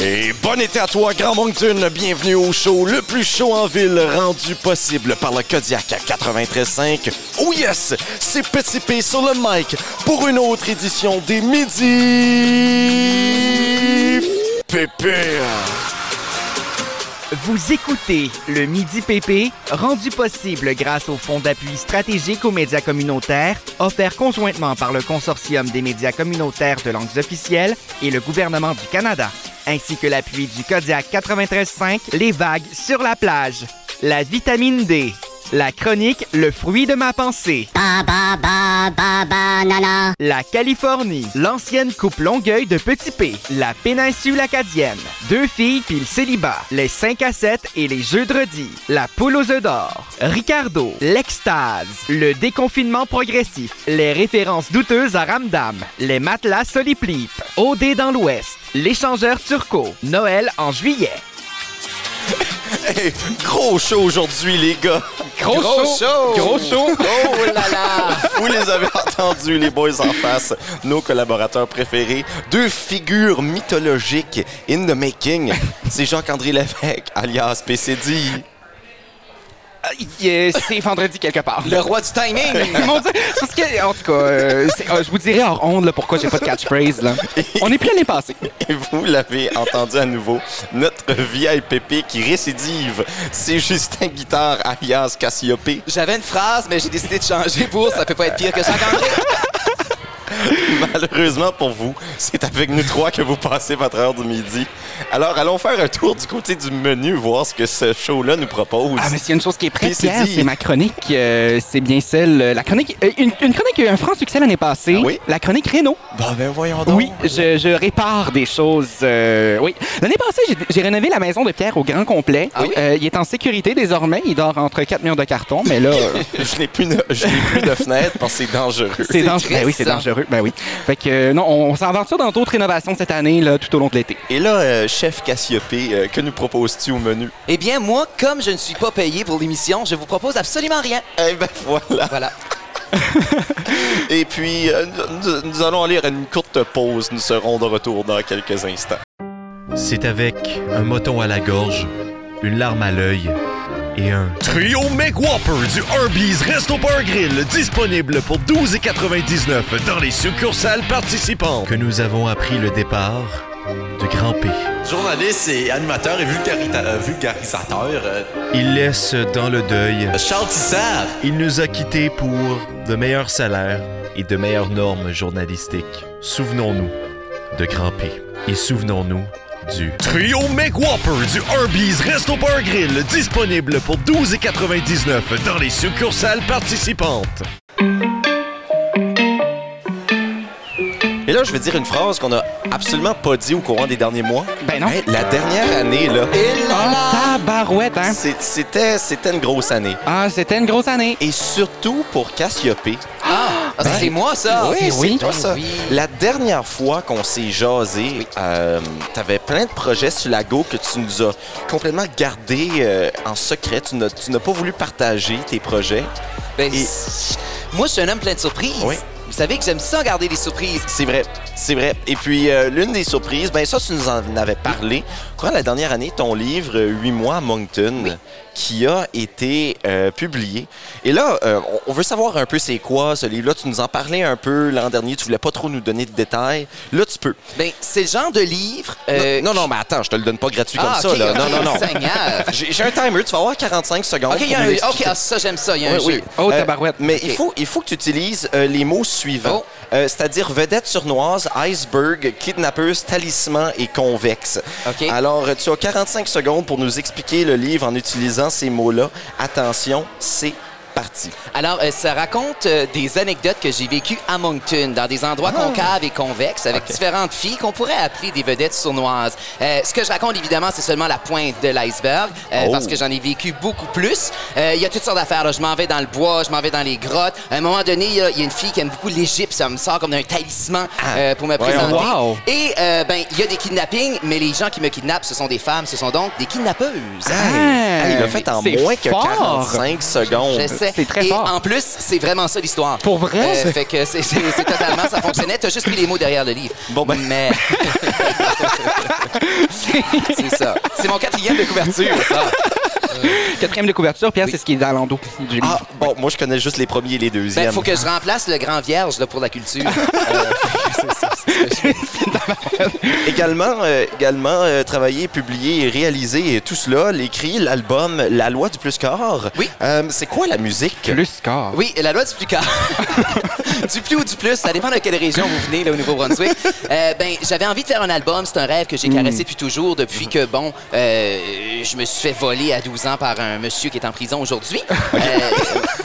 Et bon été à toi, Grand Moncton. Bienvenue au show le plus chaud en ville, rendu possible par le Kodiak 93.5. Oh yes, c'est Petit P sur le mic pour une autre édition des Midi Pépé. Vous écoutez le Midi PP, rendu possible grâce au Fonds d'appui stratégique aux médias communautaires, offert conjointement par le Consortium des médias communautaires de langues officielles et le gouvernement du Canada, ainsi que l'appui du Kodiak 93.5, Les vagues sur la plage, la vitamine D, la chronique Le fruit de ma pensée. Ba ba ba ba ba na na. La Californie, l'ancienne coupe Longueuil de Petit P, la péninsule acadienne, deux filles puis le célibat, les 5 à 7 et les jeux de redis, la poule aux œufs d'or, Ricardo, l'extase, le déconfinement progressif, les références douteuses à Ramdam, les matelas soliplipes, OD dans l'Ouest, l'échangeur turco, Noël en juillet. Hey, gros show aujourd'hui, les gars. Gros, show! Gros show! Vous les avez entendus, les boys en face, nos collaborateurs préférés, deux figures mythologiques in the making. C'est Jacques-André Lévesque, alias PCD. Yeah, Euh, C'est vendredi quelque part. Le roi du timing! Mon Dieu, c'est parce que, en tout cas, euh, c'est- euh, je vous dirai hors onde là, pourquoi j'ai pas de catchphrase. Là. On est plus l'année passée. Et vous l'avez entendu à nouveau, notre VIPP qui récidive, c'est Justin Guitare, alias Cassiopée. J'avais une phrase, mais j'ai décidé de changer pour ça peut pas être pire que Jacques-André. Malheureusement pour vous, c'est avec nous trois que vous passez votre heure du midi. Alors, allons faire un tour du côté du menu, voir ce que ce show-là nous propose. Ah, mais s'il y a une chose qui est prête, Puis c'est Pierre, dit. c'est ma chronique. euh, c'est bien celle. euh, la chronique. euh, une, une chronique qui a eu un franc succès l'année passée. Ah oui? La chronique Renault. Bah, ben voyons donc. Oui, je, je répare des choses. euh, oui. L'année passée, j'ai- j'ai rénové la maison de Pierre au grand complet. Ah oui? Euh, il est en sécurité désormais. Il dort entre quatre murs de carton, mais là. euh, Je n'ai plus, de- je n'ai plus de fenêtre parce que c'est dangereux. C'est dangereux. triste, Ben oui, c'est ça. dangereux. Ben oui. Fait que euh, non, on, on s'aventure dans d'autres rénovations cette année, là, tout au long de l'été. Et là, euh, chef Cassiopée, euh, que nous proposes-tu au menu? Eh bien, moi, comme je ne suis pas payé pour l'émission, je vous propose absolument rien. Eh ben voilà. Voilà. Et puis, euh, nous, nous allons aller à une courte pause. Nous serons de retour dans quelques instants. C'est avec un moton à la gorge, une larme à l'œil et un Trio McWhopper du Arby's Resto Bar Grill disponible pour 12,99 dans les succursales participantes que nous avons appris le départ de Grand P. Journaliste et animateur et vulgarita- euh, vulgarisateur, euh, Il laisse dans le deuil, Charles Tissard. il nous a quittés pour de meilleurs salaires et de meilleures normes journalistiques. Souvenons-nous de Grand P et souvenons-nous du Trio McWhopper du Arby's Resto Bar Grill disponible pour 12,99 dans les succursales participantes. Et là, je vais dire une phrase qu'on n'a absolument pas dit au courant des derniers mois. Ben non. Hey, la dernière année, là, Ah, barouette, hein? c'est- c'était c'était une grosse année. Ah, c'était une grosse année. Et surtout pour Cassiopée. Ah, ah, ça, c'est moi, ça. Oui, c'est oui. toi, ça. Oui. La dernière fois qu'on s'est jasé, euh, t'avais plein de projets sur la go que tu nous as complètement gardés euh, en secret. Tu n'as tu n'as pas voulu partager tes projets. Ben, Et- c'est- Moi, je suis un homme plein de surprises. Oui. Vous savez que j'aime ça garder des surprises. C'est vrai, c'est vrai. Et puis, euh, l'une des surprises, ben ça, tu nous en avais parlé. Quand la dernière année, ton livre euh, 8 mois à Moncton, qui a été euh, publié. Et là, euh, on on veut savoir un peu c'est quoi ce livre-là. Tu nous en parlais un peu l'an dernier, tu voulais pas trop nous donner de détails. Là, tu peux. Ben, c'est le genre de livre. euh, non, non, non, mais attends, je te le donne pas gratuit comme Ah, ça. ok, là. ok, non, non, non. Seigneur. J'ai j'ai un timer, tu vas avoir 45 secondes. OK, il y a pour un- nous expliquer. OK, ah, ça, j'aime ça. Il y a un Oui, oui. jeu. Oh, Euh, tabarouette. Mais Ok. Oh. il, faut, il faut que tu utilises euh, les mots suivants, Euh, c'est-à-dire vedette surnoise, iceberg, kidnappeuse, talisman et convexe. Ok. Alors, euh, tu as 45 secondes pour nous expliquer le livre en utilisant ces mots-là. Attention, c'est parti. Alors, euh, ça raconte euh, des anecdotes que j'ai vécues à Moncton, dans des endroits concaves et convexes, avec différentes filles qu'on pourrait appeler des vedettes sournoises. Euh, ce que je raconte, évidemment, c'est seulement la pointe de l'iceberg, euh, Oh. parce que j'en ai vécu beaucoup plus. Euh, Il y a toutes sortes d'affaires. là. Je m'en vais dans le bois, je m'en vais dans les grottes. À un moment donné, il y a- il y a une fille qui aime beaucoup l'Égypte. Ça me sort comme d'un talisman euh, pour me présenter. Wow. Et, euh, ben, il y a des kidnappings, mais les gens qui me kidnappent, ce sont des femmes, ce sont donc des kidnappeuses. Hey, il l'a mais fait en c'est moins que fort. 45 secondes. J'essaie. parfait. C'est très Et fort. en plus, c'est vraiment ça l'histoire. Pour vrai? Euh, c'est- fait que c'est- c'est c'est totalement, ça fonctionnait. T'as juste pris les mots derrière le livre. Bon, ben. Mais. c'est ça. C'est mon quatrième de couverture, ça. Quatrième de couverture, Pierre, Oui. c'est ce qui est dans l'endo du livre. Ah, bon, moi, je connais juste les premiers et les deuxièmes. Ben, faut que je remplace le grand vierge là, pour la culture. Euh, c'est ça, c'est ce que je fais. Également, euh, également euh, travaillé, publié et réalisé et tout cela, l'écrit, l'album La loi du plus corps. Oui. Euh, c'est quoi la musique? Plus score. Oui, la loi du plus quart. du plus ou du plus, ça dépend de quelle région vous venez là, au Nouveau-Brunswick. Euh, ben, j'avais envie de faire un album, c'est un rêve que j'ai caressé depuis toujours, depuis que, bon, euh, je me suis fait voler à 12 ans par un monsieur qui est en prison aujourd'hui. Euh,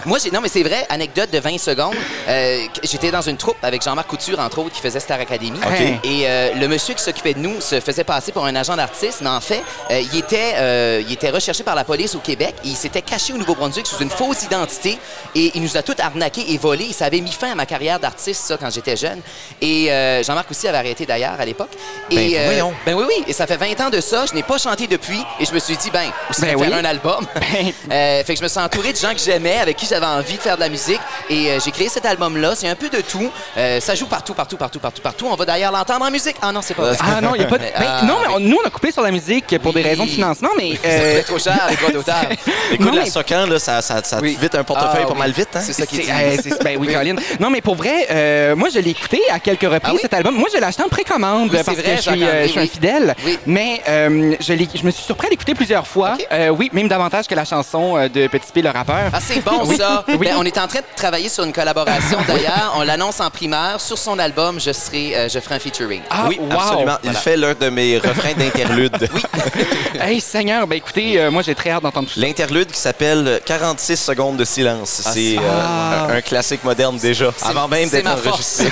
moi, j'ai, non, mais c'est vrai, anecdote de 20 secondes, euh, que- j'étais dans une troupe avec Jean-Marc Couture, entre autres, qui faisait Star Academy. OK. Et euh, le monsieur qui s'occupait de nous se faisait passer pour un agent d'artiste, mais en fait, euh, il, était, euh, il était recherché par la police au Québec et il s'était caché au Nouveau-Brunswick sous une fausse identité et il nous a tout arnaqué et volé. Et ça avait mis fin à ma carrière d'artiste, ça, quand j'étais jeune. Et euh, Jean-Marc aussi avait arrêté d'ailleurs à l'époque. Et, Ben, voyons. ben oui, oui. Et ça fait 20 ans de ça. Je n'ai pas chanté depuis et je me suis dit, ben, aussi Ben faire oui. un album. Euh, fait que je me suis entouré de gens que j'aimais, avec qui j'avais envie de faire de la musique. Et euh, j'ai créé cet album-là. C'est un peu de tout. Euh, ça joue partout, partout, partout, partout, partout. On va d'ailleurs l'entendre en musique. Ah non, c'est pas vrai. Ah non, il n'y a pas de. Mais, Ben, ah, non, mais oui. on- nous, on a coupé sur la musique pour des Oui. raisons de financement, mais. Ça euh, coûtait trop cher, les droits d'auteur. Écoute, non, la mais- Socan, là, ça, ça, ça Oui. vite un portefeuille Ah, pas oui. mal vite. Hein? C'est ça qui dit. C'est- euh, c'est- ben oui, Colin. Non, mais pour vrai, euh, moi, je l'ai écouté à quelques reprises, Ah oui? cet album. Moi, je l'ai acheté en précommande Oui, c'est parce vrai, que je suis, Jacques-André, euh, je suis un oui. fidèle. Oui. Mais euh, je, l'ai- je me suis surpris à l'écouter plusieurs fois. Ok. Euh, oui, même davantage que la chanson euh, de Petit P, le rappeur. Ah, c'est bon, Oui. ça. Oui. Ben, on est en train de travailler sur une collaboration, d'ailleurs. On l'annonce en primaire. Sur son album, je, serai, euh, je ferai un featuring. Ah, oui, wow. absolument. Il fait l'un de mes refrains d'interlude. Oui. Hey, Seigneur, ben écoutez, euh, moi, j'ai très hâte d'entendre tout ça. L'interlude qui s'appelle 46 secondes de silence. c'est euh, un- un classique moderne déjà, avant même Ah, c'est d'être ma force. enregistré.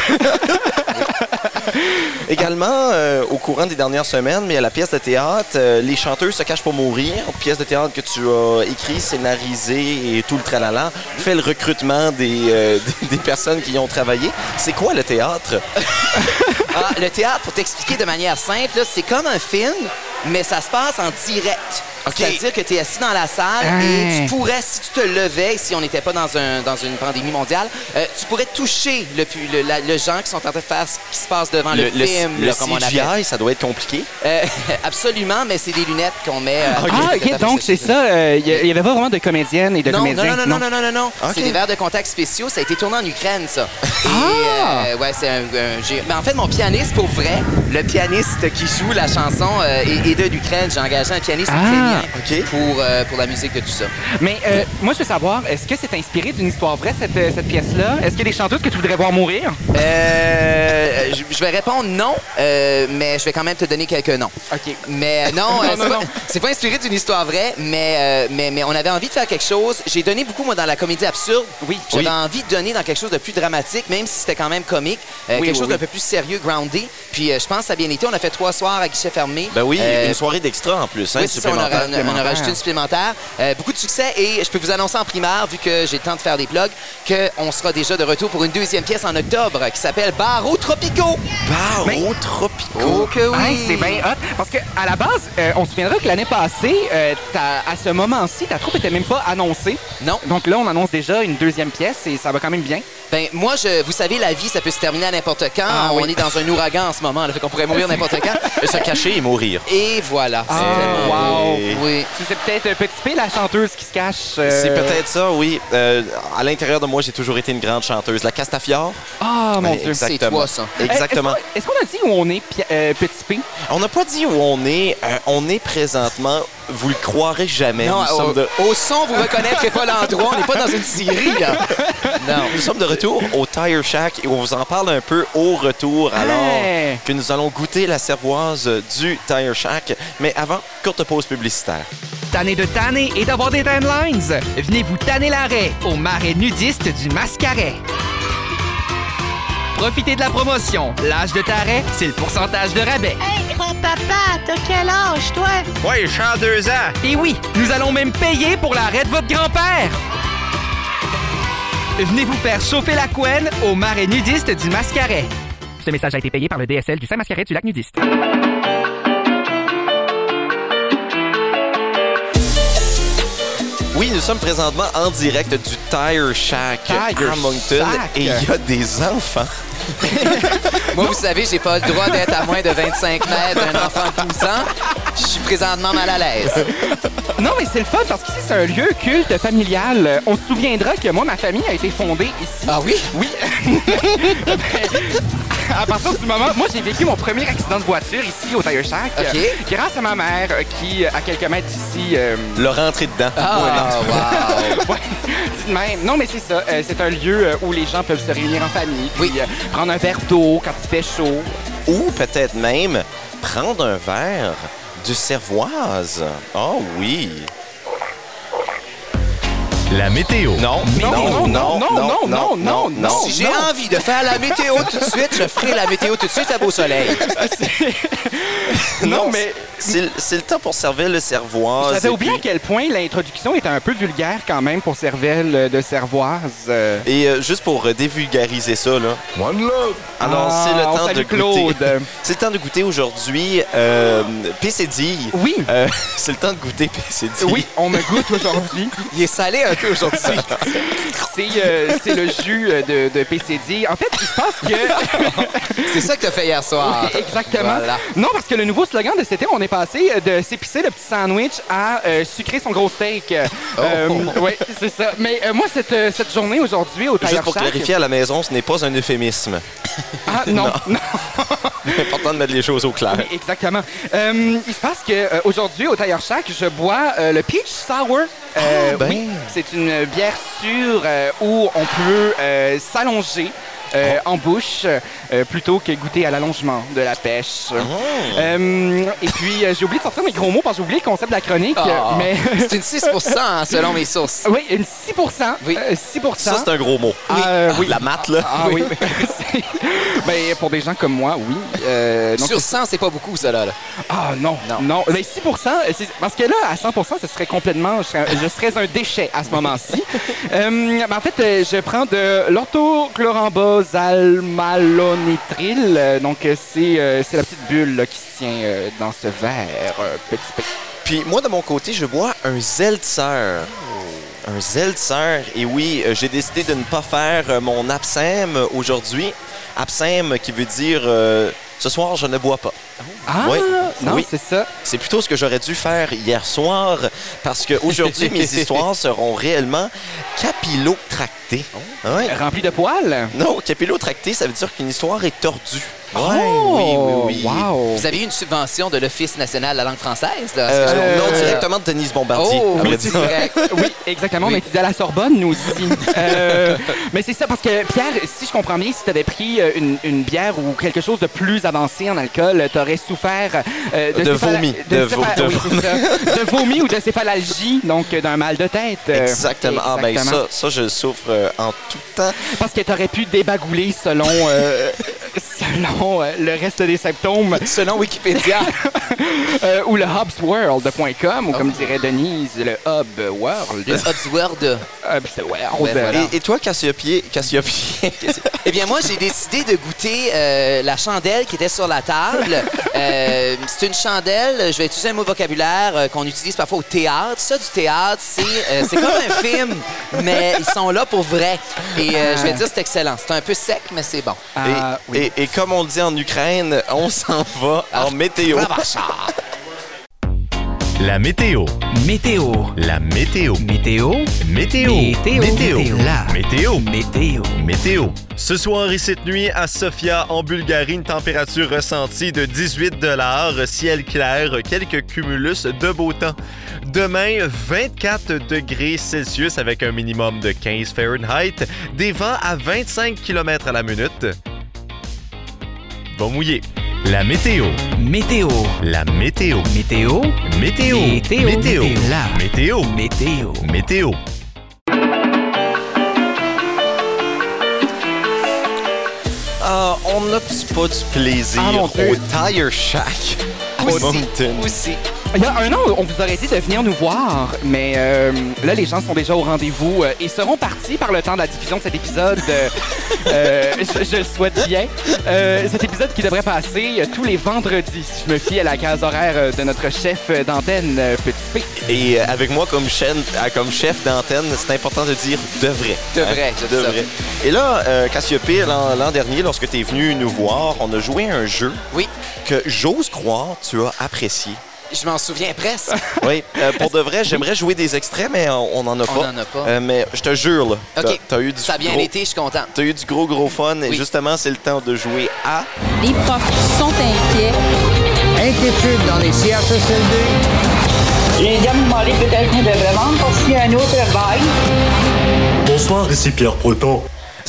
Également, euh, au courant des dernières semaines, mais à la pièce de théâtre, euh, Les chanteurs se cachent pour mourir, pièce de théâtre que tu as écrit, scénarisée et tout le tralala, fait le recrutement des, euh, des, des personnes qui y ont travaillé. C'est quoi le théâtre? Ah, le théâtre, pour t'expliquer de manière simple, là, c'est comme un film, mais ça se passe en direct. C'est-à-dire que tu es assis dans la salle et Hein. tu pourrais, si tu te levais, si on n'était pas dans, un- dans une pandémie mondiale, euh, tu pourrais toucher le, pu- le, la- le gens qui sont en train de faire ce qui se passe devant le, film, Ah, le là, comme on appelle. CGI, ça doit être compliqué. Euh, absolument, mais c'est des lunettes qu'on met. euh, Ah, ok, donc c'est ça. euh, Il n'y avait pas vraiment de comédienne et de non, non, comédien. non, non, non, non, non, non, non. Ok. C'est des verres de contact spéciaux. Ça a été tourné en Ukraine, ça. Et, Ah! euh, ouais, c'est un. un- j'ai- Mais en fait, mon pianiste, pour vrai, le pianiste qui joue la chanson euh, est, est de l'Ukraine. J'ai engagé un pianiste Ah, ukrainien ok. pour, euh, pour la musique de tout ça. Mais euh, moi, je veux savoir, est-ce que c'est inspiré d'une histoire vraie, cette, euh, cette pièce-là? Est-ce qu'il y a des chanteuses que tu voudrais voir mourir? Euh, je, je vais répondre non, euh, mais je vais quand même te donner quelques noms. OK. Mais euh, non, euh, c'est, non, pas, non. c'est pas inspiré d'une histoire vraie, mais, euh, mais, mais on avait envie de faire quelque chose. J'ai donné beaucoup, moi, dans la comédie absurde. Oui. J'avais Oui. envie de donner dans quelque chose de plus dramatique, même si c'était quand même comique. Euh, Oui, quelque oui, chose oui. d'un peu plus sérieux, groundé. Puis euh, je pense que ça a bien été. On a fait trois soirs à guichet fermé. Ben oui, Euh, une soirée d'extra en plus, hein, oui, c'est ça, on a, supplémentaire. on a- on a rajouté Supplémentaire. une supplémentaire. Euh, beaucoup de succès et je peux vous annoncer en primaire, vu que j'ai le temps de faire des plugs, qu'on sera déjà de retour pour une deuxième pièce en octobre qui s'appelle Barreaux Tropicaux. Barreaux tropicaux. Oh que oui! Hey, Ah, c'est bien hot. Parce que à la base, euh, on se souviendra que l'année passée, euh, ta- à ce moment-ci, ta troupe était même pas annoncée. Non. Donc là, on annonce déjà une deuxième pièce et ça va quand même bien. Ben, moi, je, vous savez, la vie, ça peut se terminer à n'importe quand. Ah, on oui. est dans un ouragan en ce moment, là, fait qu'on pourrait mourir n'importe quand. Se cacher et mourir. Et voilà. Ah, C'est wow. vraiment- Oui. C'est peut-être euh, Petit P, la chanteuse qui se cache. euh, C'est peut-être ça, oui. Euh, à l'intérieur de moi, j'ai toujours été une grande chanteuse. La Castafiore. Ah, mon Dieu. exact. Exactement. Eh, toi, ça. Exactement. Euh, Est-ce qu'on est-ce qu'on a dit où on est, Pi- euh, Petit P? On n'a pas dit où on est. Euh, on est présentement. Vous le croirez jamais. Non, oh. nous, sommes au, de, au son, vous reconnaîtrez pas l'endroit. On n'est pas dans une série, là. Non. nous sommes de retour au Tire Shack et on vous en parle un peu au retour alors Hey. que nous allons goûter la cervoise du Tire Shack. Mais avant, courte pause publicitaire. Tanné de tanner et d'avoir des timelines. Venez vous tanner l'arrêt au marais nudiste du Mascaret. Profitez de la promotion. L'âge de ta raie, c'est le pourcentage de rabais. Hey, grand-papa, t'as quel âge, toi? Ouais, je suis en deux ans. Et oui, nous allons même payer pour l'arrêt de votre grand-père. Venez vous faire chauffer la couenne au marais nudiste du Mascaret. Ce message a été payé par le DSL du Saint-Mascaret du lac nudiste. Oui, nous sommes présentement en direct du Tire Shack Tire à Moncton Shack. et il y a des enfants. Moi, vous savez, j'ai pas le droit d'être à moins de 25 mètres d'un enfant de 12 ans. Je suis présentement mal à l'aise. Non, mais c'est le fun parce qu'ici, c'est un lieu culte familial. Euh, On se souviendra que moi, ma famille a été fondée ici. Ah oui? Oui. à partir du moment, moi, j'ai vécu mon premier accident de voiture ici au Tire Shack. OK. euh, Grâce à ma mère euh, qui, euh, à quelques mètres d'ici, euh, Leur entrée dedans. Ah, wow. ouais, dit de même. Non, mais c'est ça. euh, c'est un lieu euh, où les gens peuvent se réunir en famille, puis Oui. euh, prendre un verre d'eau quand il fait chaud. Ou peut-être même prendre un verre du cervoise. Oh oui. La météo. Non, non, non, non, non, non, Oh non. Si j'ai envie de faire la météo tout de suite, je ferai la météo tout de suite à beau soleil. non, Non, mais mais- c'est c'est le temps pour servir le Ah, cervoise. J'avais et oublié à puis- quel point l'introduction était un peu vulgaire quand même pour Cervelle euh, de Cervoise. euh. Et euh, juste pour euh, dévulgariser ça, là. One love. Alors, Ah, c'est le on temps de salue goûter. Claude. C'est le temps de goûter aujourd'hui euh, PCD. Oui. Euh, c'est le temps de goûter Euh, PCD. Oui, on me goûte aujourd'hui. Il est salé un peu aujourd'hui. C'est euh, c'est le jus euh, de, de PCD. En fait, il se passe que... C'est ça que t'as fait hier soir. Ah, Exactement. Voilà. Non, parce que le nouveau slogan de cet été, on est passé euh, de s'épicer le petit sandwich à euh, sucrer son gros steak. oui, c'est ça. Mais euh, moi, cette, euh, cette journée aujourd'hui au Tire Oh. Juste pour Shack- clarifier à la maison, ce n'est pas un euphémisme. Ah, non. non. C'est important de mettre les choses au clair. Oui, exactement. Euh, il se passe qu'aujourd'hui, au Tailleur Shack, je bois euh, le Peach Sour. Euh, ben. Oui, c'est une bière sûre euh, où on peut euh, s'allonger. euh, Oh. En bouche, euh, plutôt que goûter à l'allongement de la pêche. Oh. Euh, et puis, euh, j'ai oublié de sortir mes gros mots parce que j'ai oublié le concept de la chronique. Ah. Mais euh, Ah C'est une 6 hein, selon mes sources. oui, une 6 Oui. euh, 6 Ça, c'est un gros mot. Ah, oui. La maths, là. Ah oui. C'est- ben, pour des gens comme moi, oui. Euh, donc, Sur 100, c'est pas beaucoup, ça, là. là. Ah non, Non. non. Mais 6 euh, c'est- parce que là, à 100 ce serait complètement. Je serais, je serais un déchet à ce moment-ci. Euh, mais en fait, euh, je prends de l'orthochlorambazalmalonitrile. Euh, Donc, euh, c'est euh, c'est la petite bulle là, qui se tient euh, dans ce verre. euh, petit peu. Puis moi, de mon côté, je bois un Zeltzer. Un Zeltzer. Et oui, euh, j'ai décidé de ne pas faire euh, mon absinthe aujourd'hui. Absinthe qui veut dire euh, ce soir, je ne bois pas. Ah, Oui. non, Oui. c'est ça. C'est plutôt ce que j'aurais dû faire hier soir parce qu'aujourd'hui, mes histoires seront réellement capillotractées. Ouais. Rempli de poils. Non, capillotractée, ça veut dire qu'une histoire est tordue. Ouais, Oh, oui, oui, oui. Wow. Vous avez eu une subvention de l'Office national de la langue française, là? Euh, Est-ce que je- Non, directement de Denise Bombardier. Oh, à vrai oui, dire. direct. Oui, exactement. Oui. On étudiait à la Sorbonne, nous aussi. Euh, mais c'est ça, parce que Pierre, si je comprends bien, si tu avais pris euh, une, une bière ou quelque chose de plus avancé en alcool, tu aurais souffert euh, De céphala- vomi. De, De vo- cépha- de oui, c'est ça. De vomi ou de céphalalgie, donc euh, d'un mal de tête. euh, Exactement. Ah, ben exactement. ça, ça, je le souffre euh, en tout temps. Parce que tu aurais pu débagouler selon, euh, selon euh, le reste des symptômes Selon Wikipédia. euh, ou le hubsworld.com Ah. ou comme dirait Denise, le hub world. Le Hobbsword. Hubsworld. Ben, voilà. Et, et toi, Cassiopier, Cassiopier, Eh bien, moi, j'ai décidé de goûter euh, la chandelle qui était sur la table. Euh, c'est une chandelle, je vais utiliser un mot de vocabulaire euh, qu'on utilise parfois au théâtre. Ça, du théâtre, c'est euh, c'est comme un film, mais ils sont là pour vrai. Et euh, je vais dire, c'est excellent. C'est un peu sec, mais c'est bon. Ah, et, et- et comme on le dit en Ukraine, on s'en va en météo. La météo. Météo. La météo. Météo. Météo. Météo. Météo. Météo. La. Météo. Météo. Météo. Ce soir et cette nuit, à Sofia, en Bulgarie, une température ressentie de 18 ciel clair, quelques cumulus de beau temps. Demain, 24 degrés Celsius avec un minimum de 15 Fahrenheit, des vents à 25 km à la minute. Bon mouillé. La météo. Météo. La météo. Météo. Météo. Météo. Météo. La. Météo. Météo. Météo. Ah, on n'a pas du plaisir Ah, mon au Dieu. Tire Shack. Aussi, Moncton. aussi. Il y a un an, on vous aurait dit de venir nous voir, mais euh, là, les gens sont déjà au rendez-vous euh, et seront partis par le temps de la diffusion de cet épisode. euh, euh, je, je le souhaite bien. Euh, cet épisode qui devrait passer euh, tous les vendredis, si je me fie à la case horaire euh, de notre chef euh, d'antenne, euh, Petit P. Et euh, avec moi comme, chaîne- euh, comme chef d'antenne, c'est important de dire devrait. Devrait, Hein? j'aime ça. Devrait. Et là, euh, Cassiopée, l'an l'an dernier, lorsque tu es venu nous voir, on a joué à un jeu Oui, que j'ose croire tu as apprécié. je m'en souviens presque. Oui, euh, pour de vrai, j'aimerais jouer des extraits, mais on n'en a pas. n'en a pas. Euh, mais je te jure, là, OK. t'as as eu du Ça a bien gros- été, je suis content. T'as eu du gros gros fun et Oui. justement c'est le temps de jouer à Les profs sont inquiets. Inquiétude dans les CHSLD. J'ai déjà me demandé peut-être qu'on devrait vendre pour signer un autre bail. Bonsoir, ici Pierre Proton.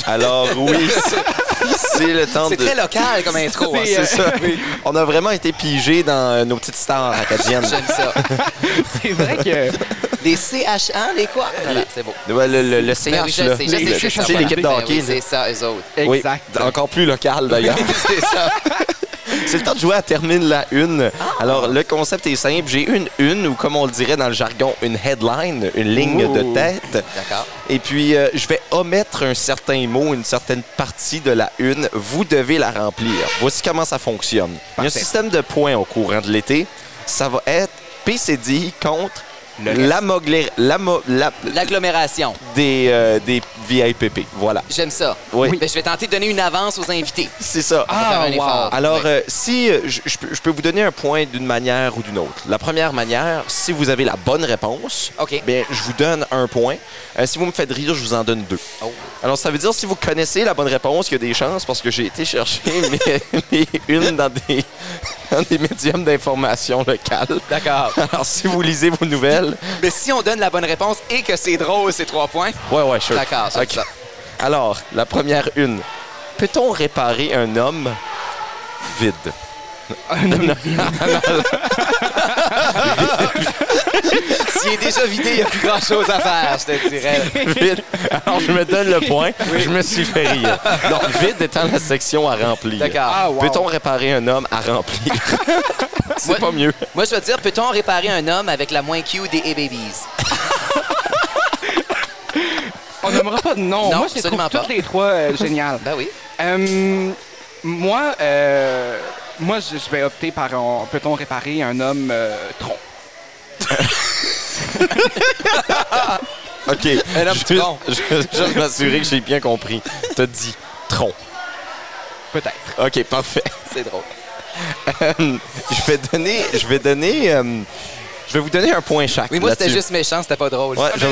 Alors oui, c'est- c'est le temps C'est de très local comme intro. hein. C'est ça. On a vraiment été pigés dans euh, nos petites stars acadiennes. J'aime ça. C'est vrai que. Les CH1, les quoi? Voilà, c'est beau. Ouais, Le, le, le CH, Ben oui, je là. sais, je sais, Le- je sais, c'est l'équipe Ben oui, d'hockey. C'est ça, eux autres. Oui, Exact. encore plus local d'ailleurs. C'est ça. c'est le temps de jouer à Termine la Une. Ah. Alors, le concept est simple. J'ai une une, ou comme on le dirait dans le jargon, une headline, une ligne de tête. D'accord. Et puis, euh, je vais omettre un certain mot, une certaine partie de la une. Vous devez la remplir. Voici comment ça fonctionne. Il y a un système de points au courant de l'été. Ça va être PCD contre l'amoglé- l'amo- la- L'agglomération. des, euh, des VIPP. Voilà. J'aime ça. Oui. Ben, je vais tenter de donner une avance aux invités. C'est ça. Faut faire un effort. Alors, Oui. euh, si euh, je, je peux- je peux vous donner un point d'une manière ou d'une autre. La première manière, si vous avez la bonne réponse, OK. bien, je vous donne un point. Euh, si vous me faites rire, je vous en donne deux. Oh. Alors, ça veut dire si vous connaissez la bonne réponse, qu'il y a des chances parce que j'ai été chercher mes, mes une dans des, dans des médiums d'information locales. D'accord. Alors, si vous lisez vos nouvelles, Mais si on donne la bonne réponse et que c'est drôle, c'est trois points. ouais, ouais, sure. D'accord, c'est OK. ça. Alors, la première une. Peut-on réparer un homme vide? S'il est déjà vidé, il n'y a plus grand-chose à faire, je te dirais. vide. Alors, je me donne le point. Je me suis fait rire. Donc, vide étant la section à remplir. D'accord. Ah, wow. Peut-on réparer un homme à remplir? C'est Ouais. pas mieux. Moi, je vais dire, peut-on réparer un homme avec la moins cute des A-Babies? On n'aimera pas de nom. Non, moi, je les trouve absolument pas. toutes les trois euh, géniales. Ben oui. Euh, moi, euh, moi, je je vais opter par on- peut-on réparer un homme euh, tronc. OK. Un homme Juste- tronc. Je veux juste m'assurer que j'ai bien compris. T'as dit tronc. Peut-être. OK, parfait. C'est drôle. Euh, je vais donner... Je vais donner... euh, je vais vous donner un point chaque. Oui, moi, c'était là-dessus. juste méchant, c'était pas drôle. Ouais, j'en-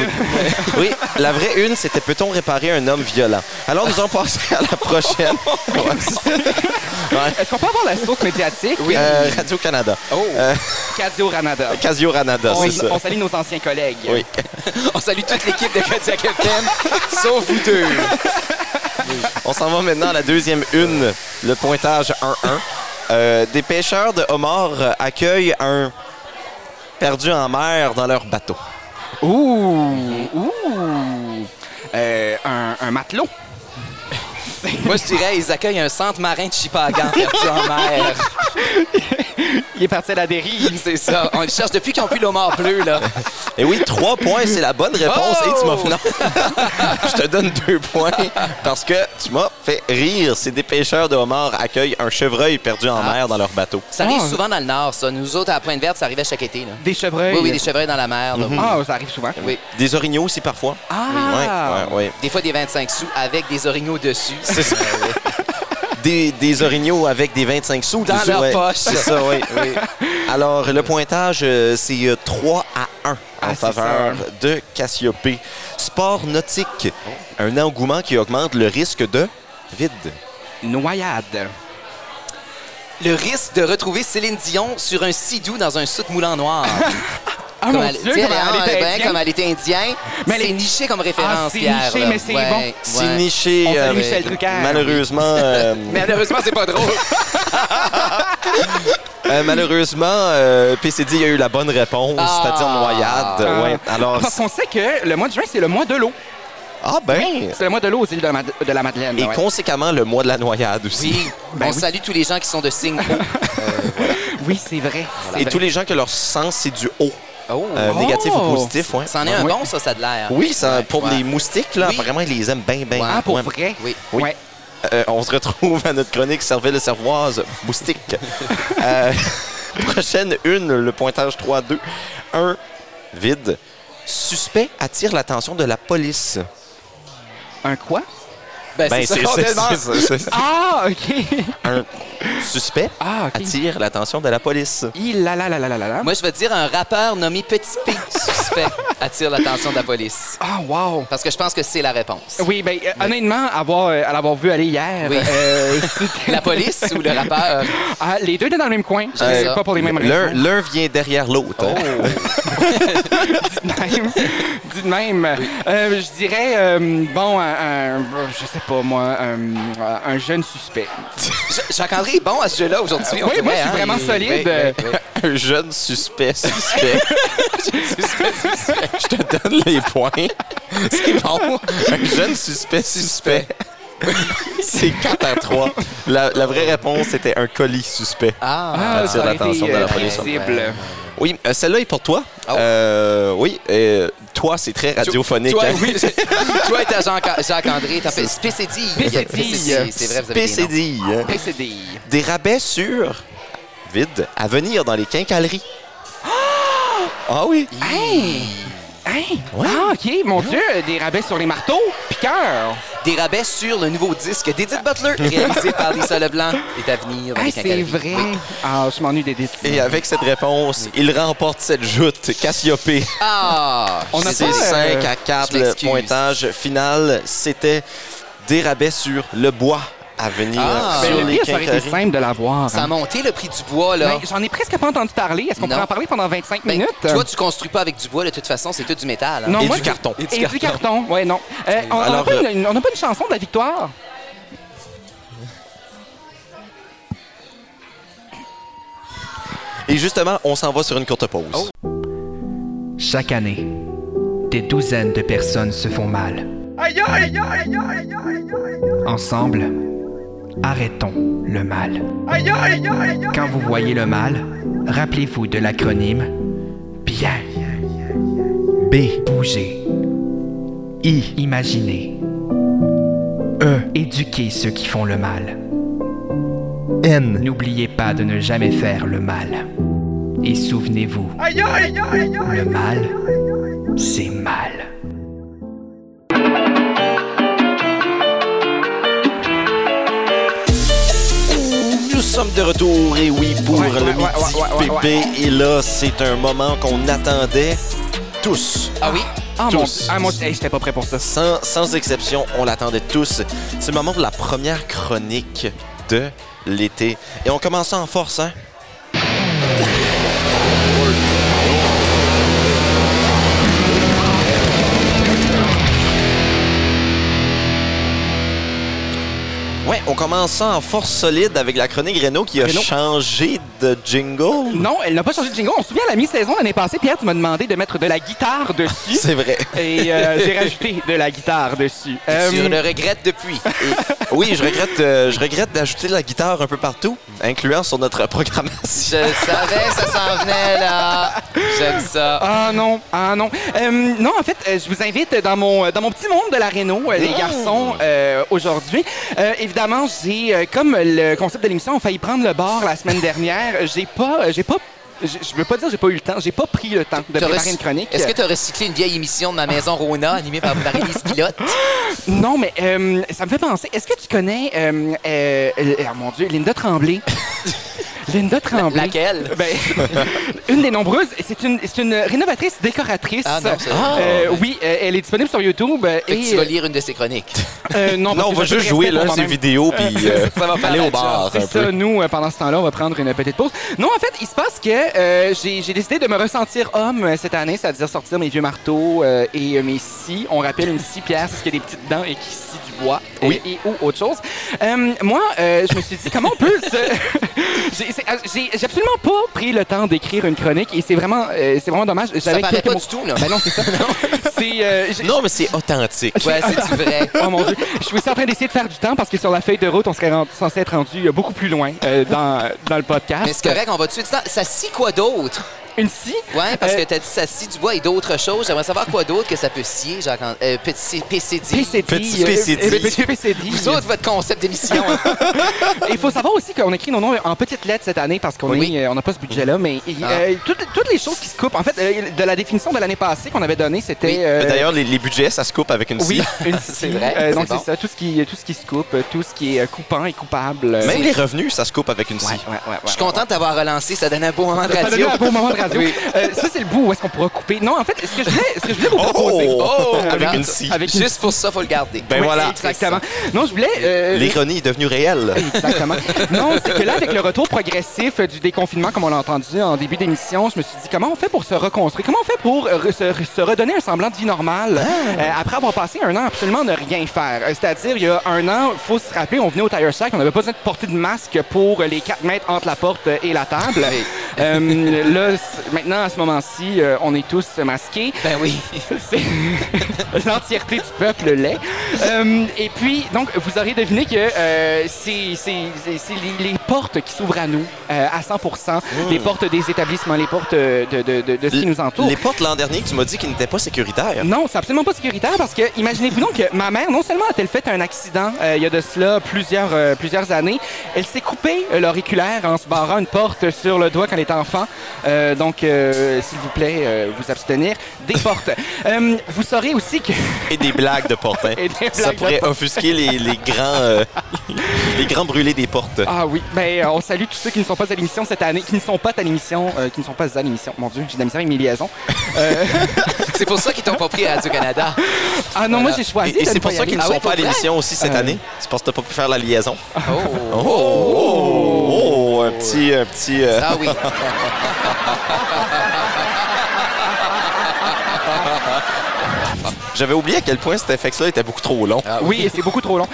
oui, la vraie une, c'était peut-on réparer un homme violent? Alors, nous allons passer à la prochaine. Est-ce qu'on peut avoir la source médiatique? Euh, Radio-Canada. Oh. Euh, Cadio Ranada. Casio-Ranada, On, c'est ça. on salue nos anciens collègues. Oui. On salue toute l'équipe de Kodiak FM, sauf vous deux. On s'en va maintenant à la deuxième une, le pointage 1-1. Euh, des pêcheurs de homards euh, accueillent un perdu en mer dans leur bateau. Ouh! Ouh! Euh, un, un matelot. Moi, je dirais, ils accueillent un centre marin de Chipagan perdu en mer. Il est parti à la dérive. C'est ça. On le cherche depuis qu'ils ont pris l'homard bleu, là. Et oui, trois points, c'est la bonne réponse. Et tu m'as fait- non. Oh! Je te donne deux points parce que tu m'as fait rire. C'est des pêcheurs de homards accueillent un chevreuil perdu en Ah. mer dans leur bateau. Ça arrive Ah. souvent dans le Nord, ça. Nous autres, à la Pointe-Verte, ça arrivait chaque été, là. Des chevreuils. Oui, oui, des chevreuils dans la mer, là. Ah, ça arrive souvent. Oui. Des orignaux aussi parfois. Ah! Ouais, ouais, ouais. Des fois, des 25 sous avec des orignaux dessus. C'est ça. Des, des orignaux avec des 25 sous. Dans dessus, leur ouais. poche. C'est ça, oui. oui. Alors, le pointage, euh, c'est euh, 3 à 1 en Ah, c'est faveur de Cassiopée. Sport nautique, un engouement qui augmente le risque de vide. Noyade. Le risque de retrouver Céline Dion sur un sidou dans un soute moulant noir. Ah, Comme mon elle- Dieu, tu sais, comment elle- elle était ben, indienne. comme elle était indienne. Mais elle c'est est- Ah, niché comme référence, c'est Pierre. niché, là. mais c'est Ouais, bon. ouais. C'est niché. On salue euh, Michel Drucker. Malheureusement, euh, Mais Malheureusement, c'est pas drôle. euh, malheureusement, euh, PCD a eu la bonne réponse, Ah. c'est-à-dire noyade. Ah. Ouais. Alors, Parce qu'on sait que le mois de juin, c'est le mois de l'eau. ah ben. C'est le mois de l'eau aux îles de, Mad- de la Madeleine. Et ouais. conséquemment, le mois de la noyade aussi. Oui, on salue tous les gens qui sont de signe O. Oui, c'est vrai. Et tous les gens que leur sens, c'est du haut. Euh, Oh! Négatif ou positif, ouais. C'en est un bon, ça, ça a de l'air. Oui, ça, pour Ouais. les moustiques, là, Oui. apparemment, ils les aiment bien, bien. Ah, pour vrai? Oui. Oui. Euh, on se retrouve à notre chronique Cervelle servoise moustique. Euh, prochaine une, le pointage 3-2. 1. Vide. Suspect attire l'attention de la police. Un quoi? Ben, c'est ça qu'on demande. Ah, OK. Un suspect Ah, attire l'attention de la police. Il la la la la la la. Moi, je vais te dire un rappeur nommé Petit P, suspect, attire l'attention de la police. Ah, wow! Parce que je pense que c'est la réponse. Oui, ben, euh, honnêtement, avoir, euh, à l'avoir vu aller hier. Oui. euh, c'était- La police ou le rappeur? Ah, les deux étaient dans le même coin. Euh, C'est pas pour les mêmes l'un- raisons. L'un vient derrière l'autre. Oh, Dis de même. Euh, je dirais, euh, bon, un, un- je sais pas moi, un, un jeune suspect. Je- Jacques-André est bon à ce jeu-là aujourd'hui. on oui, moi, je dirait, suis hein? vraiment Il- solide. oui, oui, oui. Un jeune suspect, suspect. Je te donne les points. C'est bon. Un jeune suspect, suspect. C'est 4 à 3. La, la vraie réponse, c'était un colis suspect. Ah, Ah, ça attire aurait été, l'attention de euh, la police. prévisible. Oui, euh, celle-là est pour toi. Euh, oui, euh, toi, c'est très radiophonique. Toi, hein. oui, c'est- toi, t'as Jean- Jacques-André, t'as fait PCD. PCD. C'est vrai, vous avez des noms. PCD. hein. PCD. Des rabais sur vide à venir dans les quincailleries. Ah oui. Hey! Hey! Ah, OK, mon Dieu, des rabais sur les marteaux, piqueur. Des rabais sur le nouveau disque d'Edith Butler, réalisé par Lisa Leblanc, est à venir dans les Hey, c'est quincailleries. vrai. Oui. Ah, je m'ennuie des détails. Et avec cette réponse, il remporte cette joute Cassiopée. Ah! On a C'est pas, euh, 5 à 4 je le m'excuse. pointage final. C'était des rabais sur le bois à venir Ah. sur Ben, le les pire, ça aurait été quincailleries. simple de l'avoir. hein. Ça a monté le prix du bois, là. Ben, J'en ai presque pas entendu parler. Est-ce qu'on Non. pourrait en parler pendant 25 Ben, minutes? toi, tu construis pas avec du bois, de toute façon, c'est tout du métal. hein. Non, Et moi, du je- carton. Et, du carton, ouais, non. Euh, on- on n'a Alors, pas, euh, une- on n'a pas une chanson de la victoire? Et justement, on s'en va sur une courte pause. Oh. Chaque année, des douzaines de personnes se font mal. Ensemble, arrêtons le mal. Quand vous voyez le mal, rappelez-vous de l'acronyme BIEN. B. Bouger. I. Imaginer. E. Éduquer ceux qui font le mal. N. N'oubliez pas de ne jamais faire le mal. Et souvenez-vous, le mal, c'est mal. Nous sommes de retour, et oui, pour Ouais, le ouais, midi ouais, ouais, ouais, pépé. Et là, c'est un moment qu'on attendait tous. Ah oui? Ah, mon Tous. Ah, mon hey, j'étais pas prêt pour ça. Sans, sans exception, on l'attendait tous. C'est le moment de la première chronique de l'été. Et on commence ça en force, hein? Ouais, on commence ça en force solide avec la chronique Renault qui a Renault. changé de jingle. Non, elle n'a pas changé de jingle. On se souvient à la mi-saison l'année passée, Pierre, tu m'as demandé de mettre de la guitare dessus. C'est vrai. Et euh, j'ai rajouté de la guitare dessus. Euh, Tu le regrettes depuis. Oui, je regrette, euh, je regrette d'ajouter la guitare un peu partout, incluant sur notre programmation. Je savais que ça s'en venait, là. J'aime ça. Ah non, ah non. Euh, non, en fait, euh, je vous invite dans mon, euh, dans mon petit monde de la Renault, Oh! les garçons, euh, aujourd'hui. Euh, évidemment, j'ai, euh, comme le concept de l'émission, on failli prendre le bord la semaine dernière. J'ai pas, euh, j'ai pas, je je veux pas dire j'ai pas eu le temps, j'ai pas pris le temps de T'as préparer rec- une chronique. Est-ce que tu as recyclé une vieille émission de ma maison Rona animée par Marie-Lise Pilote? Non, mais euh, ça me fait penser. Est-ce que tu connais, euh, euh, euh, ah, mon Dieu, Linda Tremblay? Linda Tremblay. Laquelle? Ben, une des nombreuses, c'est une, c'est une rénovatrice décoratrice. Ah non, c'est- Euh, oui, euh, elle est disponible sur YouTube. euh, Fait et, que tu vas lire une de ses chroniques. euh, non, Non, parce on que va j'ai juste peu de jouer respect là, pour ces moi-même. vidéos, puis euh, aller au bar C'est un ça, peu. nous, euh, pendant ce temps-là, on va prendre une petite pause. Non, en fait, il se passe que euh, j'ai j'ai décidé de me ressentir homme euh, cette année, c'est-à-dire sortir mes vieux marteaux euh, et euh, mes scies. On rappelle une scie, Pierre, c'est ce qu'il y a des petites dents et qui scie du bois euh, et, ou autre chose. Euh, moi, euh, je me suis dit, comment on peut se- J'ai- c'est- ah, J'ai j'ai absolument pas pris le temps d'écrire une chronique et c'est vraiment, euh, c'est vraiment dommage. Ça J'avais paraît quelques pas mots- du tout, là. ben non, c'est ça. C'est, euh, j'ai- Non, mais c'est authentique. Ouais, c'est vrai. oh mon Dieu. Je suis en train d'essayer de faire du temps parce que sur la feuille de route, on serait rendu- censé être rendu euh, beaucoup plus loin euh, dans, dans le podcast. Euh, Mais c'est correct, on va tout de suite. Ça scie quoi d'autre? Une scie? Ouais, parce que t'as dit ça scie du bois et d'autres choses. J'aimerais savoir quoi d'autre que ça peut scier, genre quand- euh, petit PCD. PCD. Petit PCD. Euh, petit PCD. Vous autres, votre concept d'émission. hein. Il faut savoir aussi qu'on écrit nos noms euh, en petites lettres cette année parce qu'on est, euh, on n'a pas ce budget-là, mais il- Ah. euh, toutes, toutes les choses qui se coupent. En fait, euh, de la définition de l'année passée qu'on avait donnée, c'était. euh, D'ailleurs, les, les budgets, ça se coupe avec une oui, scie. une scie. Euh, donc c'est ça, tout ce, qui, tout ce qui se coupe, euh, tout ce qui est euh, coupant et coupable. euh, Même les revenus, ça se coupe avec une scie. Je suis content de t'avoir relancé. Ça donne un beau moment de Ça radio. donne un beau moment de radio. Euh, ça, c'est le bout où est-ce qu'on pourra couper. Non, en fait, ce que je voulais, ce que je voulais vous Oh! proposer. Oh! Euh, Avec une euh, scie. avec une Juste scie. pour ça, faut le garder. Ben Oui, voilà. Exactement. Non, je voulais. euh, L'ironie est devenue réelle. Exactement. Non, c'est que là, avec le retour progressif euh, du déconfinement, comme on l'a entendu en début d'émission, je me suis dit comment on fait pour se reconstruire, comment on fait pour euh, re- se, se redonner un semblant de vie normale euh, après avoir passé un an absolument ne rien faire. Euh, C'est-à-dire, il y a un an, faut se rappeler, on venait au Tire Shack, on n'avait pas besoin de porter de masque pour euh, les 4 mètres entre la porte euh, et la table. Euh, là, c- maintenant, à ce moment-ci, euh, on est tous masqués. Ben oui. L'entièreté du peuple l'est. Euh, et puis, donc, vous aurez deviné que euh, c'est c'est- c'est- c'est les, les portes qui s'ouvrent à nous euh, à 100 les portes des établissements, les portes euh, de, de- de- de ce qui nous entoure. Mmh. Les portes l'an dernier, tu m'as dit qu'ils n'étaient pas sécuritaires. Non, c'est absolument pas sécuritaire parce que, imaginez-vous donc que ma mère, non seulement a-t-elle fait un accident euh, il y a de cela plusieurs, euh, plusieurs années, elle s'est coupée euh, l'auriculaire en se barrant une porte sur le doigt quand elle était enfant. Euh, donc, euh, s'il vous plaît, euh, vous abstenir des portes. Euh, vous saurez aussi que... Et des blagues de portes. hein. Et des Ça blagues de pourrait portes. offusquer les, les grands, euh, les grands brûlés des portes. Ah oui, ben euh, on salue tous ceux qui ne sont pas à l'émission cette année, qui ne sont pas à l'émission, euh, qui ne sont pas à l'émission. Mon Dieu, j'ai de la misère avec mes liaisons. Euh, C'est pour ça qu'ils t'ont pas pris à Radio-Canada. ah non, moi j'ai choisi. Et, et de c'est ne pour y ça aller. qu'ils ne Ah sont ouais, pas à pour vrai? l'émission aussi cette Euh, année. C'est parce que t'as pas pu faire la liaison. Ah. Oh! Oh! Oh! Un petit... Un petit euh, Ah oui. J'avais oublié à quel point cet effet-là était beaucoup trop long. Oui, et c'est beaucoup trop long.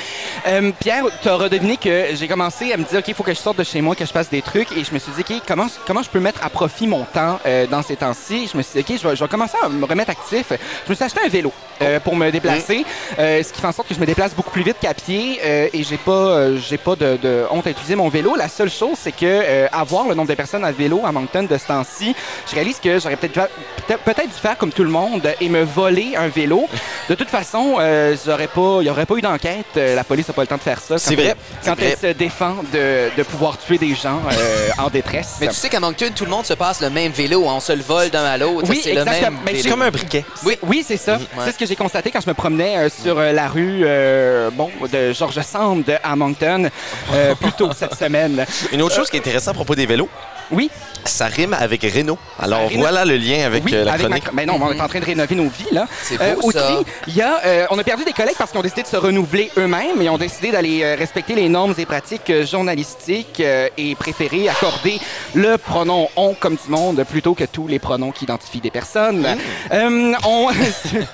Euh, Pierre, tu as redeviné que j'ai commencé à me dire, OK, il faut que je sorte de chez moi, que je passe des trucs. Et je me suis dit, OK, comment, comment je peux mettre à profit mon temps euh, dans ces temps-ci? Je me suis dit, OK, je vais, je vais commencer à me remettre actif. Je me suis acheté un vélo euh, pour me déplacer, euh, ce qui fait en sorte que je me déplace beaucoup plus vite qu'à pied. euh, et j'ai pas, euh, j'ai pas de, de honte à utiliser mon vélo. La seule chose, c'est que euh, avoir le nombre de personnes à vélo à Moncton de ce temps-ci, je réalise que j'aurais peut-être dû- peut-être peut-être dû faire comme tout le monde et me voler un vélo. De toute façon, euh, j'aurais pas, il n'y aurait pas eu d'enquête. Euh, la police n'a pas le temps de faire ça. Quand C'est vrai, elle- c'est Quand elle vrai. se défend de, de pouvoir tuer des gens euh, en détresse. Mais tu sais qu'à Moncton, tout le monde se passe le même vélo. hein. On se le vole d'un à l'autre. Oui, c'est le même exactement. Mais vélo. c'est comme un briquet. Oui, oui c'est Mm, ça. C'est ce que j'ai constaté quand je me promenais euh, sur euh, la rue euh, bon, de George Sand à Moncton euh, plus tôt cette semaine. Une Euh. autre chose qui est intéressante à propos des vélos. Oui. Ça rime avec Renault. Alors rime- voilà le lien avec Oui, euh, la avec ma chronique. cr- ben non, on est en train de rénover nos vies, là. Euh, C'est beau, aussi, ça. il y a, euh, on a perdu des collègues parce qu'ils ont décidé de se renouveler eux-mêmes et ont décidé d'aller euh, respecter les normes et pratiques euh, journalistiques euh, et préféré accorder le pronom « on » comme du monde plutôt que tous les pronoms qui identifient des personnes. Mmh. Euh, on,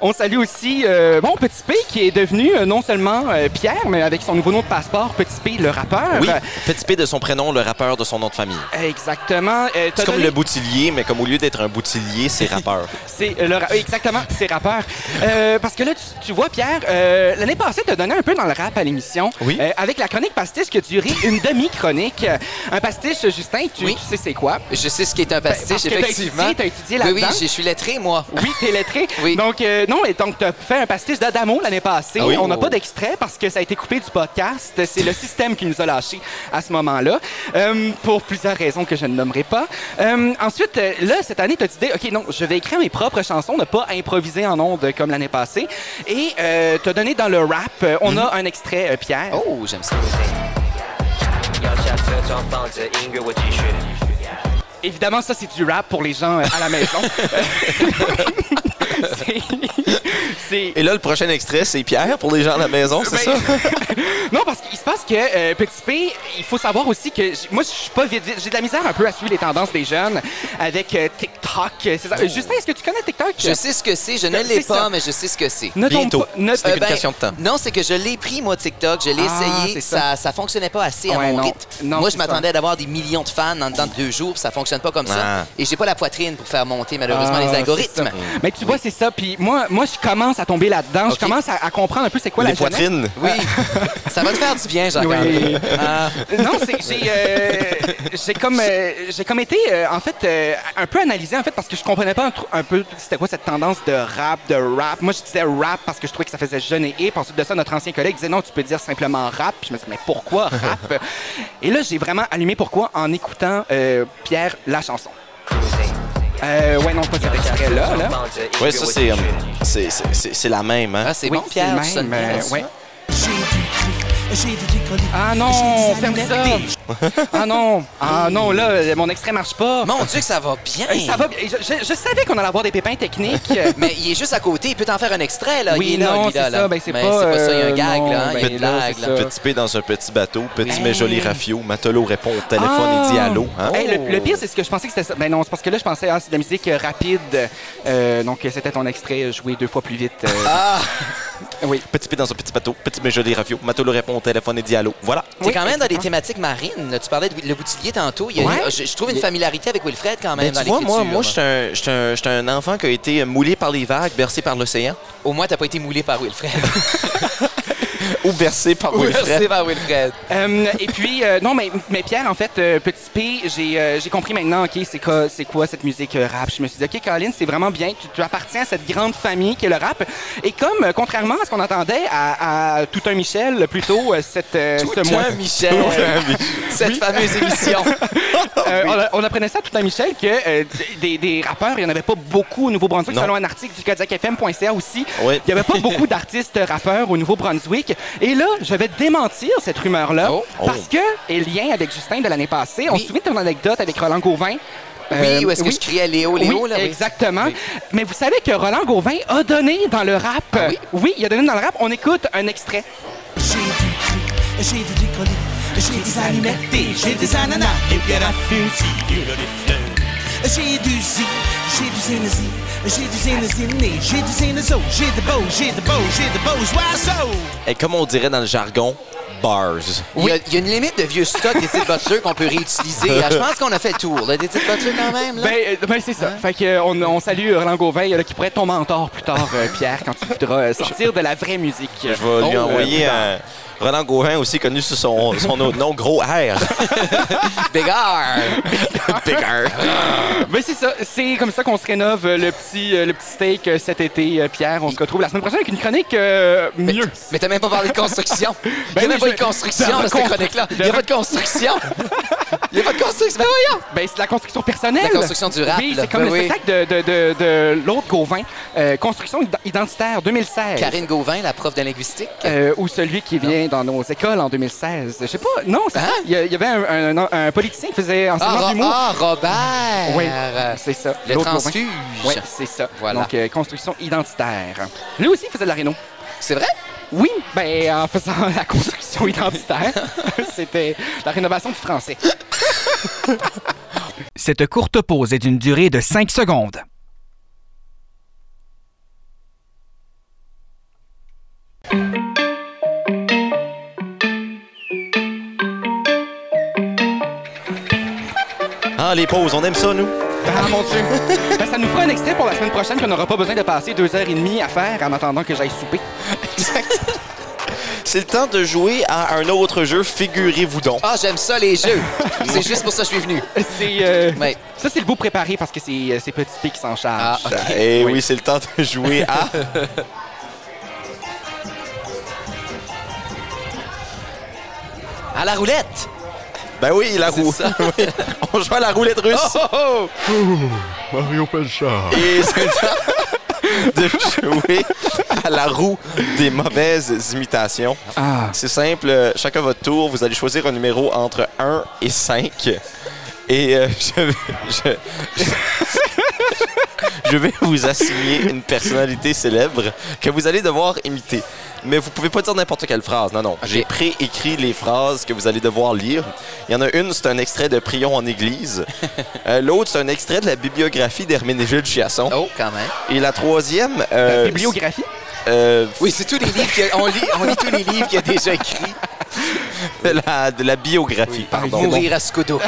on salue aussi, euh, bon, Petit P qui est devenu euh, non seulement euh, Pierre, mais avec son nouveau nom de passeport, Petit P le rappeur. Oui, petit P de son prénom, le rappeur de son nom de famille. Exactement. Euh, t'as C'est comme donné- le boutillier, mais comme au lieu d'être un boutillier, c'est rappeur. C'est le ra- oui, exactement, c'est rappeur. Euh, parce que là, tu, tu vois, Pierre, euh, l'année passée, tu as donné un peu dans le rap à l'émission. Oui. Euh, avec la chronique pastiche qui a duré une demi-chronique. Euh, Un pastiche, Justin, tu, tu sais c'est quoi? Je sais ce qui est un pastiche, Ben, parce que t'as effectivement. étudié- t'as étudié Oui, oui, là-dedans. je suis lettré, moi. Oui, t'es lettré. Donc, euh, non, et donc, t'as fait un pastiche d'Adamo l'année passée. Ah oui? On n'a pas d'extrait parce que ça a été coupé du podcast. C'est le système qui nous a lâchés à ce moment-là, euh, pour plusieurs raisons que je ne nommerai pas. Euh, ensuite, euh, là, cette année, t'as dit, OK, non, je vais écrire mes propres chansons, ne pas improviser en ondes comme l'année passée. Et euh, t'as donné dans le rap, euh, on a un extrait, euh, Pierre. Mhm. Oh, j'aime ça. Évidemment, ça, c'est du rap pour les gens euh, à la maison. C'est- Euh, c'est. Et là, le prochain extrait, c'est Pierre pour les gens à la maison, c'est ça? Ben- non, parce qu'il se passe que euh, Petit P, il faut savoir aussi que j- moi, je suis pas vite, vite. J'ai de la misère un peu à suivre les tendances des jeunes avec euh, TikTok. C'est ça. Euh, Justin, est-ce que tu connais TikTok? Oh. Je sais ce que c'est, je ne C'est- l'ai c'est pas, ça. mais je sais ce que c'est. Ne tombe Bientôt. pas- ne- C'est Euh, une question de temps. Non, c'est que je l'ai pris, moi, TikTok. Je l'ai Ah, essayé. c'est Ça ça. ça fonctionnait pas assez à Ouais, mon non. rythme. Non, moi, c'est je m'attendais à d'avoir des millions de fans en dedans de deux jours, puis ça fonctionne pas comme Ah. ça. Et j'ai pas la poitrine pour faire monter, malheureusement, Ah, les c'est algorithmes. ça. Mais tu vois, c'est ça. Puis moi, moi, je commence à tomber là-dedans. Ok. Je commence à, à comprendre un peu c'est quoi les la jeunesse. poitrines. Oui, ça va te faire du bien, jacques Oui. Ah. Non, c'est que j'ai euh, j'ai comme euh, j'ai comme été euh, en fait euh, un peu analysé en fait parce que je comprenais pas un, tr- un peu c'était quoi cette tendance de rap de rap. Moi je disais rap parce que je trouvais que ça faisait jeune et hip. Ensuite de ça notre ancien collègue disait non tu peux dire simplement rap. Puis je me disais mais pourquoi rap Et là j'ai vraiment allumé pourquoi en écoutant euh, Pierre la chanson. Euh, ouais non pas cet extrait là là. Oui, ça, c'est, euh, c'est, c'est- c'est- c'est la même. Hein? Ah, c'est Oui, bon, Pierre, tu c'est le sonnes même, bien euh, là-dessus. ouais. Ah non, ferme ça. Ah non, ah non, là, euh, mon extrait marche pas. Mon Dieu, que ça va bien. Euh, Ça va bien. Je, je- je savais qu'on allait avoir des pépins techniques. Euh, Mais il est juste à côté, il peut t'en faire un extrait, là. Oui, il est là, non, lui, là, c'est là. ça, ben, c'est Mais pas, c'est pas ça, il y a un euh, gag, là. non, hein, il y a ben, une là, blague, c'est là. ça. Ben Petit P dans un petit bateau, petit mais joli rafio, matelot répond au téléphone Ah! et dit allô. Hein? Hey, le, le pire, c'est ce que je pensais que c'était ça. Ben non, c'est parce que là, je pensais, ah, c'est de la musique euh, rapide. Euh, donc, c'était ton extrait joué deux fois plus vite. euh. Ah, Oui. Petit P dans un petit bateau, petit mais joli rafio, matelot répond au téléphone et dit allô. Voilà. T'es quand même dans des thématiques marines. là. Tu parlais de Le Boutillier tantôt. Il y a- Ouais. je, je trouve une familiarité avec Wilfred quand même Ben, dans tu vois, moi, l'écriture, moi je suis un, j'suis un- j'suis un enfant qui a été moulé par les vagues, bercé par l'océan. Au moins, t'as pas été moulé par Wilfred. Ou bercé par Bercé Wilfred. par Wilfred. Euh, et puis, euh, non, mais, mais Pierre, en fait, euh, petit P, j'ai euh, j'ai compris maintenant, OK, c'est quoi, c'est quoi cette musique euh, rap. Je me suis dit, OK, Colin, c'est vraiment bien. Tu, tu appartiens à cette grande famille qui est le rap. Et comme, euh, contrairement à ce qu'on entendait à, à Tout un Michel, plutôt, euh, cette, euh, ce mois Michel. Cette fameuse émission. Ah Euh, on a- on, apprenait ça tout à Michel que euh, d- des, des rappeurs, il n'y en avait pas beaucoup au Nouveau-Brunswick, Non. selon un article du KodiakFM.ca aussi. Ouais. Il n'y avait pas beaucoup d'artistes rappeurs au Nouveau-Brunswick. Et là, je vais démentir cette rumeur-là Oh. parce que, et lien avec Justin de l'année passée, on Oui. se souvient de ton anecdote avec Roland Gauvin. Euh, Oui, où est-ce que je criais Léo, Léo, oui, là? oui. exactement. Mais vous savez que Roland Gauvin a donné dans le rap. Ah oui? il a donné dans le rap. On écoute un extrait. Et comme on dirait dans le jargon, bars. Il, y a, il y a une limite de vieux stock des titres Butler qu'on peut réutiliser. là. Je pense qu'on a fait le tour là, des titres Butler quand même. Là. Ben, euh, ben, c'est ça. Hein? Fait que, euh, on, on salue Roland Gauvin, euh, là, qui pourrait être ton mentor plus tard, euh, Pierre, quand tu voudras euh, sortir de la vraie musique. Je vais lui Oh, envoyer un. Roland Gauguin, aussi connu sous son, son autre nom, Gros R. Bégard! Bigger. euh, Ben, c'est ça. C'est comme ça qu'on se rénove euh, le petit, euh, le petit steak euh, cet été, euh, Pierre. On se retrouve la semaine prochaine avec une chronique euh, mieux. Mais t'as même pas parlé de construction. Il n'y a Ben même oui, pas je- eu de construction de dans cette constru- chronique-là. Il n'y a de- pas de construction. Il n'y a pas de construction. Mais voyons! Ben, c'est la construction personnelle. La construction du rap, Oui, là. c'est comme Ben le oui. spectacle de, de- de- de l'autre Gauvin, euh, Construction ident- identitaire 2016. Karine Gauvin, la prof de linguistique. Euh, ou celui qui vient dans nos écoles en 2016. Je sais pas. Non, c'est Hein? ça. Il y a- il y avait un, un- un politicien qui faisait Ah, enseignement Ro- d'humour. ah, Robert! Oui, Euh, c'est ça. Le L'autre transfuge. Gauvin. Oui, c'est ça. Voilà. Donc, euh, construction identitaire. Lui aussi, il faisait de la réno. C'est vrai? Oui, ben, en faisant la construction identitaire, c'était la rénovation du français. Cette courte pause est d'une durée de 5 secondes. Ah, les pauses, on aime ça, nous. Ah, mon Dieu! Ben, ça nous fera un extrait pour la semaine prochaine qu'on n'aura pas besoin de passer deux heures et demie à faire en attendant que j'aille souper. C'est le temps de jouer à un autre jeu, figurez-vous donc. Ah, j'aime ça, les jeux. c'est juste pour ça que je suis venu. C'est... euh, Ouais. Ça, c'est le beau préparé parce que c'est euh, c'est Petit P qui s'en charge. Ah, Eh oui, c'est le temps de jouer à. À la roulette! Ben oui, la roue. Oui. On joue à la roulette russe. oh, Oh, Mario Pelchard. Et c'est le temps de jouer à la roue des mauvaises imitations. Ah. C'est simple, euh, chacun votre tour, vous allez choisir un numéro entre 1 et 5. Et euh, je, vais- je- je- je je vais vous assigner une personnalité célèbre que vous allez devoir imiter. Mais vous pouvez pas dire n'importe quelle phrase. Non, non. J'ai préécrit les phrases que vous allez devoir lire. Il y en a une, c'est un extrait de Prions en Église. Euh, L'autre, c'est un extrait de la bibliographie d'Herménégilde Chiasson. Oh, quand même. Et la troisième. La euh, bibliographie? euh, Oui, c'est tous les livres que- on lit, on lit tous les livres qu'il a déjà écrits. de la, de la biographie, pardon. Mourir à Scudo.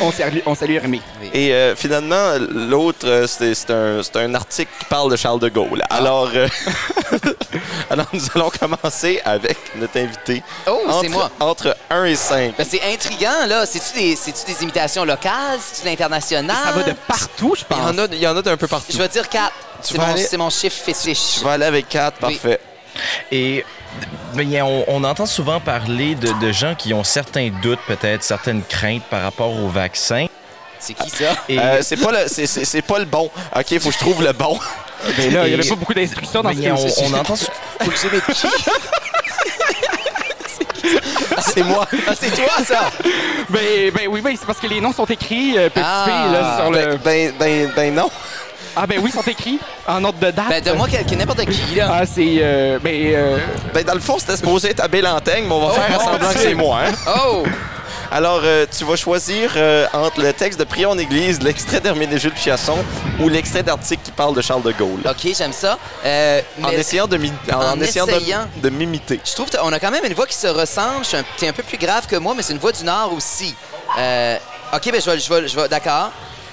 On salue, on salue Hermé. Et euh, finalement, l'autre, euh, c'est c'est un, c'est un article qui parle de Charles de Gaulle. Alors, euh, alors nous allons commencer avec notre invité. Oh, c'est Entre- moi. Entre 1 et 5. Ben, c'est intriguant, là. C'est-tu des, c'est-tu des imitations locales? C'est-tu de l'international? Ça va de partout, je Il y pense. en a, il y en a d'un peu partout. Je vais dire 4. C'est vas mon, aller- c'est mon chiffre fétiche. Je vais aller avec 4, Oui. parfait. Et ben, on, on entend souvent parler de, de gens qui ont certains doutes, peut-être certaines craintes par rapport au vaccin. C'est qui ça? Et, Euh, c'est pas le c'est- c'est- c'est pas le bon. OK, faut que je trouve le bon. Mais là, il n'y Et- avait pas beaucoup d'instructions dans ce ben, film. on, on entend sou- Faut que j'ai mes qui? C'est moi. Ah, c'est toi, ça! Ben, ben oui, ben, c'est parce que les noms sont écrits euh, petit Ah, p, là, sur le... Ben, ben, ben, ben non. Ah ben oui, ils sont écrits en ordre de date. Ben, donne-moi quel- quel- n'importe qui, là. Ah, c'est... euh, ben... euh, Ben dans le fond, c'était supposé être Abel Antaigne, mais on va Oh, faire mon semblant que Dieu. c'est moi. hein. Ah. Oh! Alors, euh, tu vas choisir euh, entre le texte de Prions en Église, l'extrait d'Herménégilde Chiasson ou l'extrait d'article qui parle de Charles de Gaulle. OK, j'aime ça. Euh, En Ah, mais- essayant de, mi- en en essayant de- essayant. de m'imiter. Je trouve qu'on a quand même une voix qui se ressemble. Je suis un- T'es un peu plus grave que moi, mais c'est une voix du Nord aussi. Euh, OK, ben je vais... Je vais, je vais- D'accord.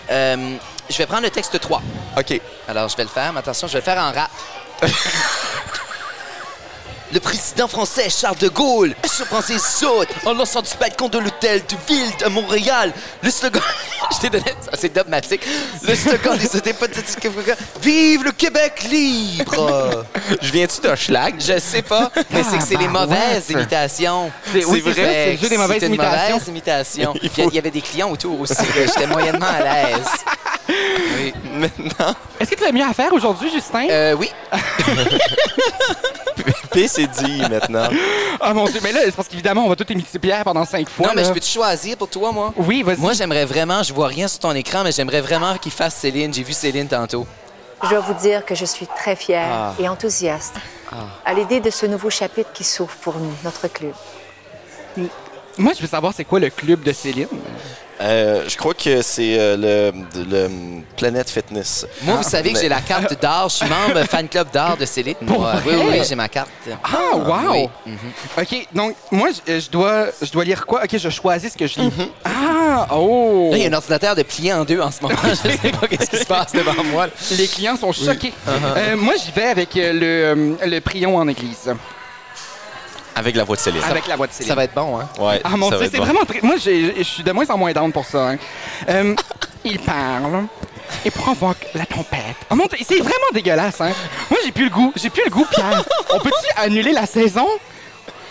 Euh, je vais prendre le texte 3. OK. Alors, je vais le faire, mais attention, je vais le faire en rap. Le président français Charles de Gaulle surprend ses autres en lançant du balcon de l'hôtel de ville de Montréal. Le slogan. Je t'ai donné. ça, C'est dogmatique. Le slogan des autres hypothétiques. Vive le Québec libre! Je viens-tu d'un schlag? Je sais pas, mais c'est que c'est les mauvaises imitations. C'est- oui, c'est ça, c'est le jeu des C'était mauvaises une imitations. mauvaise imitation. Puis Il y avait des clients autour aussi. là, J'étais moyennement à l'aise. Oui. Maintenant, Est-ce que tu as mieux à faire aujourd'hui, Justin? Euh, oui. P, c'est dit maintenant. Ah mon Dieu, mais là, c'est parce qu'évidemment, on va tout imiter Pierre pendant cinq fois. non, mais là. je peux-tu choisir pour toi, moi? Oui, vas-y. Moi, j'aimerais vraiment, je vois rien sur ton écran, mais j'aimerais vraiment qu'il fasse Céline. J'ai vu Céline tantôt. Je dois vous dire que je suis très fière Ah. et enthousiaste à l'idée de ce nouveau chapitre qui s'ouvre pour nous, notre club. Moi, je veux savoir c'est quoi le club de Céline. Euh, je crois que c'est euh, le, le, mm, Planet Fitness. Moi, vous savez que mais- j'ai la carte d'art. Je suis membre fan club d'art de Céline. moi. vrai? Oui, oui, oui, j'ai ma carte. Ah, wow! Mm-hmm. oui. OK, donc, moi, je, euh, je dois, je dois lire quoi? OK, je choisis ce que je lis. Ah, oh! Mm-hmm. Là, il y a un ordinateur de plié en deux en ce moment. je sais pas qu'est-ce qui se passe devant moi. là. Les clients sont choqués. Uh-huh. Euh, moi, j'y vais avec euh, le, euh, le prion en église, Avec la voix de Céline. avec la voix de Céline. Ça va être bon, hein? Ouais, Ah mon ça va dieu, être c'est bon. vraiment très. Moi, j'ai- je suis de moins en moins down pour ça. hein. Euh, il parle et provoque la tempête. Ah mon dieu, c'est vraiment dégueulasse. Hein. Moi, j'ai plus le goût. J'ai plus le goût, Pierre. On peut-tu annuler la saison?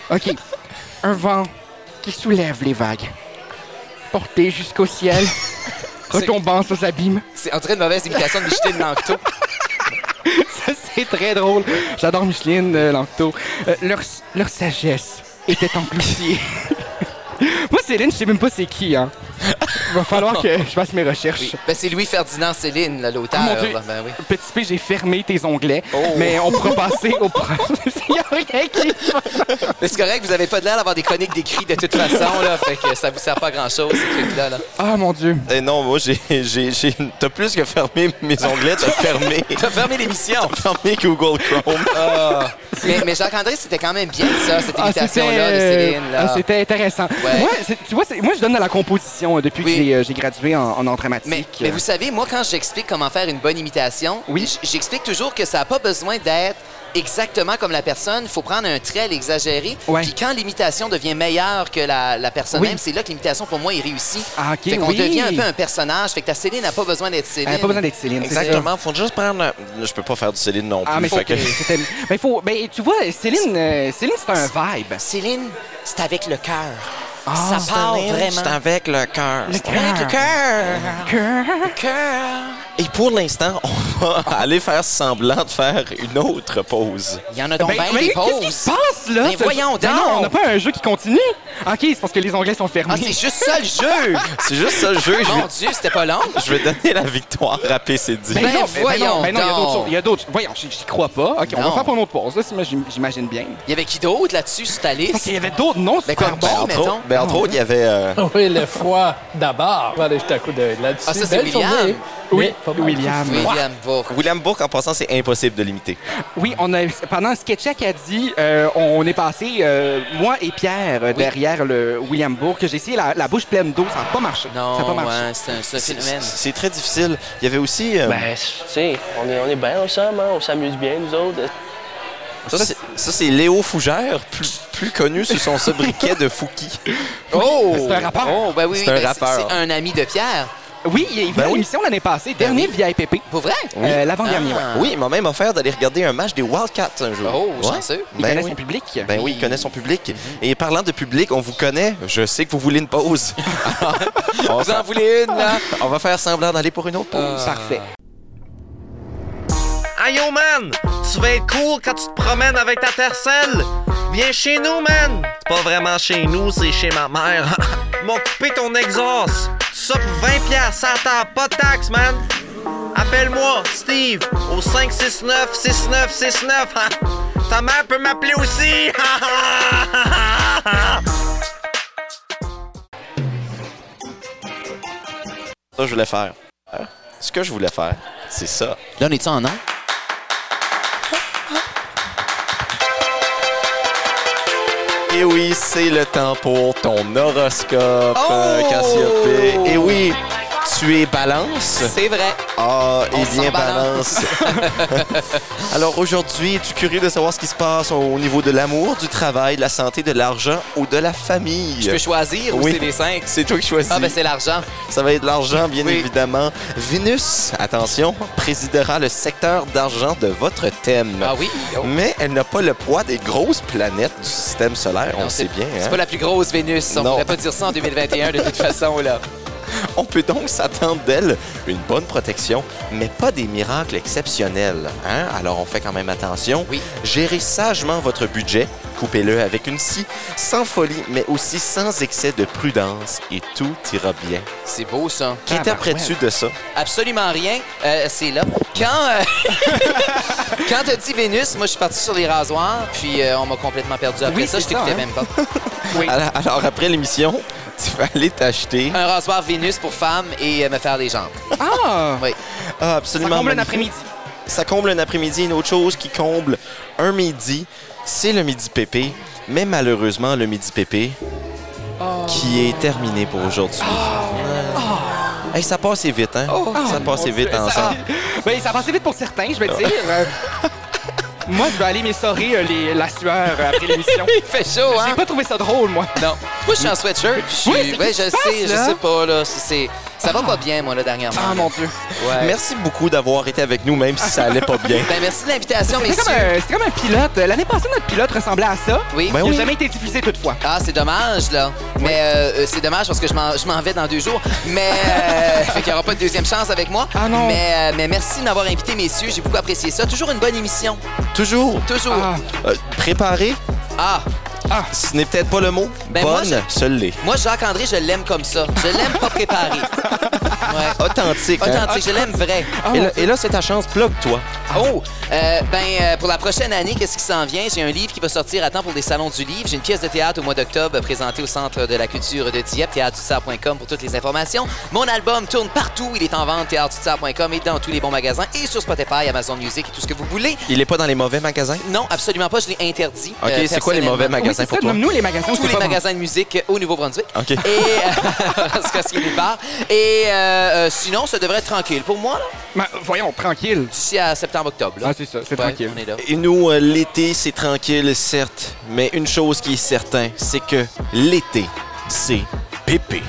OK. Un vent qui soulève les vagues, porté jusqu'au ciel, retombant sous abîmes. C'est en train de mauvaise imitation de Micheline Lanctot. Ça, c'est très drôle. J'adore Micheline euh, Lanctot. Euh, leur, leur sagesse était engloutie. Moi, Céline, je sais même pas c'est qui, hein. Va falloir que je fasse mes recherches. Ben, c'est Louis-Ferdinand Céline, là, l'auteur. Ah, mon Dieu. là. Ben oui. Oh. Petit P, j'ai fermé tes onglets, mais on pourra passer au prochain. Il y a rien qui- Mais c'est correct, vous avez pas de l'air d'avoir des chroniques d'écrit de toute façon, là. Fait que ça vous sert pas à grand-chose, ces trucs-là, là. Ah, mon Dieu. Eh non, moi, j'ai, j'ai, j'ai- t'as plus que fermé mes onglets, t'as fermé, T'as fermé l'émission! t'as fermé Google Chrome. Mais, mais Jacques-André, c'était quand même bien ça, cette Ah, imitation-là de Céline. Là. ah, c'était intéressant. Ouais. Moi, c'est- tu vois, c'est- moi, je donne de la composition euh, depuis Oui. que j'ai, euh, j'ai gradué en, en art dramatique. mais, mais vous savez, moi, quand j'explique comment faire une bonne imitation, Oui. j- j'explique toujours que ça n'a pas besoin d'être exactement comme la personne. Il faut prendre un trait, l'exagérer. Ouais. Puis quand l'imitation devient meilleure que la, la personne Oui. même, c'est là que l'imitation, pour moi, est réussie. Ah, ok, fait qu'on oui. devient un peu un personnage. Fait que ta Céline n'a pas besoin d'être Céline. Elle a Euh, pas besoin d'être Céline. c'est ça. Exactement, faut juste prendre... un- Je peux pas faire du Céline non plus. Ah, mais faut fait que- que- c'était. Mais faut. Ben, tu vois, Céline, euh, Céline, c'est un vibe. Céline, c'est avec le cœur. Ah, ça part Céline, vraiment. C'est avec le cœur. Le cœur. Avec le cœur. Cœur. Et pour l'instant, on va aller faire semblant de faire une autre pause. Il y en a donc Ben, bien ben, des pauses. qu'est-ce qui se passe, là? Mais Ce- voyons Ben donc. non, on n'a pas un jeu qui continue? OK, c'est parce que les onglets sont fermés. Ah, c'est juste ça le jeu! C'est juste ça le jeu. Je Mon vais- Dieu, c'était pas long. Je vais donner la victoire à PCD. Ben, non, ben, ben non, ben non, il y a d'autres donc. choses. Il y a d'autres. Voyons, j'y j'y crois pas. OK, on Non. va faire pour une autre pause. Là, c'est- moi, j'im- j'imagine bien. Il y avait qui d'autre là-dessus sur ta liste? Parce qu'il y avait d'autres noms Ben, super comme bons. qui, Entre autres- ben, entre autres, il y avait... euh, Ah. Oui, le froid d'abord. On va aller jeter un coup d'œil là-dessus. Ah, ça, c'est Belle William. journée. Oui, Mais pas mal. William. William Bourque. William Bourke, en passant, c'est impossible de l'imiter. Oui, on a, pendant un sketch-check a dit, euh, on est passé, euh, moi et Pierre, euh, derrière le William Bourke. J'ai essayé la, la bouche pleine d'eau, ça n'a pas marché. ça n'a pas Non, marché. ouais, c'est un, c'est un C'est- phénomène. C'est très difficile. Il y avait aussi... euh, Ben, tu sais, on est, on est bien ensemble, hein, on s'amuse bien, nous autres. ça, c'est- ça, c'est Léo Fougère, plus, plus connu sous son sobriquet de Fouki. Oh! C'est un rappeur. Oh, ben oui, C'est oui, un ben, rappeur. C'est un ami de Pierre. Oui, il est venu Ben à oui. l'émission l'année passée, dernier Ben VIPP. Pour vrai? Euh, L'avant-dernier, Ah. ouais. Oui, il m'a même offert d'aller regarder un match des Wildcats un jour. Oh, Ouais. chanceux. Il Ben connaît oui. son public. Ben oui, il connaît son public. Et parlant de public, on vous connaît. Je sais que vous voulez une pause. on, va Vous en faire, voulez une, là? on va faire semblant d'aller pour une autre pause. Oh, Parfait. Aïe, yo, man! Tu vas être cool quand tu te promènes avec ta tercelle! Viens chez nous, man! C'est pas vraiment chez nous, c'est chez ma mère. M'ont coupé ton exhaust. Ça pour 20 piastres, ça t'a pas de taxe, man! Appelle-moi, Steve, au 569-6969. Ta mère peut m'appeler aussi! Ça, je voulais faire. Ce que je voulais faire, c'est ça. Là, on est-tu en nom? Et Eh oui, c'est le temps pour ton horoscope, Oh! euh, Cassiopée. Et oui, tu es balance. C'est vrai. Ah, On et s'en bien balance. balance. Alors aujourd'hui, es-tu curieux de savoir ce qui se passe au niveau de l'amour, du travail, de la santé, de l'argent ou de la famille? Je peux choisir ou Oui. c'est les cinq? C'est toi qui choisis. Ah, ben c'est l'argent. Ça va être de l'argent, bien Oui. évidemment. Vénus, attention, présidera le secteur d'argent de votre thème. Ah oui? Oh. Mais elle n'a pas le poids des grosses planètes du système solaire, on Non, le sait c'est- bien. C'est hein. pas la plus grosse Vénus. On Non. pourrait pas dire ça en 2021 de toute façon, là. On peut donc s'attendre d'elle une bonne protection, mais pas des miracles exceptionnels. hein? Alors on fait quand même attention. Oui. Gérez sagement votre budget, coupez-le avec une scie, sans folie, mais aussi sans excès de prudence, et tout ira bien. C'est beau, ça. Qu'interprètes-tu de ça? Absolument rien. Euh, c'est là. Quand, euh, quand t'as dit Vénus, moi, je suis parti sur les rasoirs, puis euh, on m'a complètement perdu après Oui, ça. c'est Je t'écoutais ça, hein. même pas. Alors, alors, après l'émission, tu vas aller t'acheter. Un rasoir Vénus pour femme et euh, me faire les jambes. Ah! Oui. Ah, Ça absolument. comble un magnifique. après-midi. Ça comble un après-midi. Une autre chose qui comble un midi, c'est le midi pépé. Mais malheureusement, le midi pépé qui est terminé pour aujourd'hui. Hey, ça passe vite, hein? ça passe vite ensemble. Oh, Ben, ça a passé vite pour certains, je vais dire. Euh, moi, je vais aller m'essorer euh, les- la sueur euh, après l'émission. Il fait chaud, hein? J'ai pas trouvé ça drôle, moi. Non. Moi, je suis en sweatshirt. Je suis- Oui, c'est- ouais, qu'est-ce je qui se sais, passe, je là? sais pas, là. C'est- c'est- Ça va pas bien, moi, là, dernièrement. Ah, mon Dieu. Ouais. Merci beaucoup d'avoir été avec nous, même si ça allait pas bien. Ben, merci de l'invitation, C'est comme, messieurs. un- c'est comme un pilote. Euh, L'année passée, notre pilote ressemblait à ça. Oui. Ben Il n'a oui. jamais été diffusé toutefois. Ah, c'est dommage, là. Mais euh, euh, c'est dommage parce que je m'en, je m'en vais dans deux jours. Mais euh, fait qu'il n'y aura pas de deuxième chance avec moi. Ah non. Mais, euh, mais merci de m'avoir invité, messieurs. J'ai beaucoup apprécié ça. Toujours une bonne émission. Toujours. Toujours. Ah. Ah. Euh, préparé, ce n'est peut-être pas le mot. Ben, moi, Bonne, je- seul l'est. Moi, Jacques-André, je l'aime comme ça. Je l'aime pas préparé. Ouais. Authentique. hein? Authentique, je l'aime vrai. Ah, Et là, et là, c'est ta chance. Plug-toi. Oh, euh, ben euh, pour la prochaine année, qu'est-ce qui s'en vient? J'ai un livre qui va sortir à temps pour les salons du livre. J'ai une pièce de théâtre au mois d'octobre euh, présentée au Centre de la culture de Dieppe, théâtredutisseur.com pour toutes les informations. Mon album tourne partout. Il est en vente, théâtredutisseur.com et dans tous les bons magasins et sur Spotify, Amazon Music et tout ce que vous voulez. Il est pas dans les mauvais magasins? Non, absolument pas, je l'ai interdit. OK, euh, c'est quoi les mauvais personnellement. Oui, magasins c'est ça. pour toi? Nomme-nous les magasins. où Tous c'est les pas magasins de musique euh, au Nouveau-Brunswick. OK. Et euh, parce qu'il y a des bars. Et euh, euh, sinon, ça devrait être tranquille. Pour moi, là, vendu. Ben, voyons, tranquille. d'ici à septembre-octobre. là. Ah, c'est ça, c'est Ouais, tranquille. On est là. Et nous, euh, l'été, c'est tranquille, certes, mais une chose qui est certaine, c'est que l'été, c'est pépé.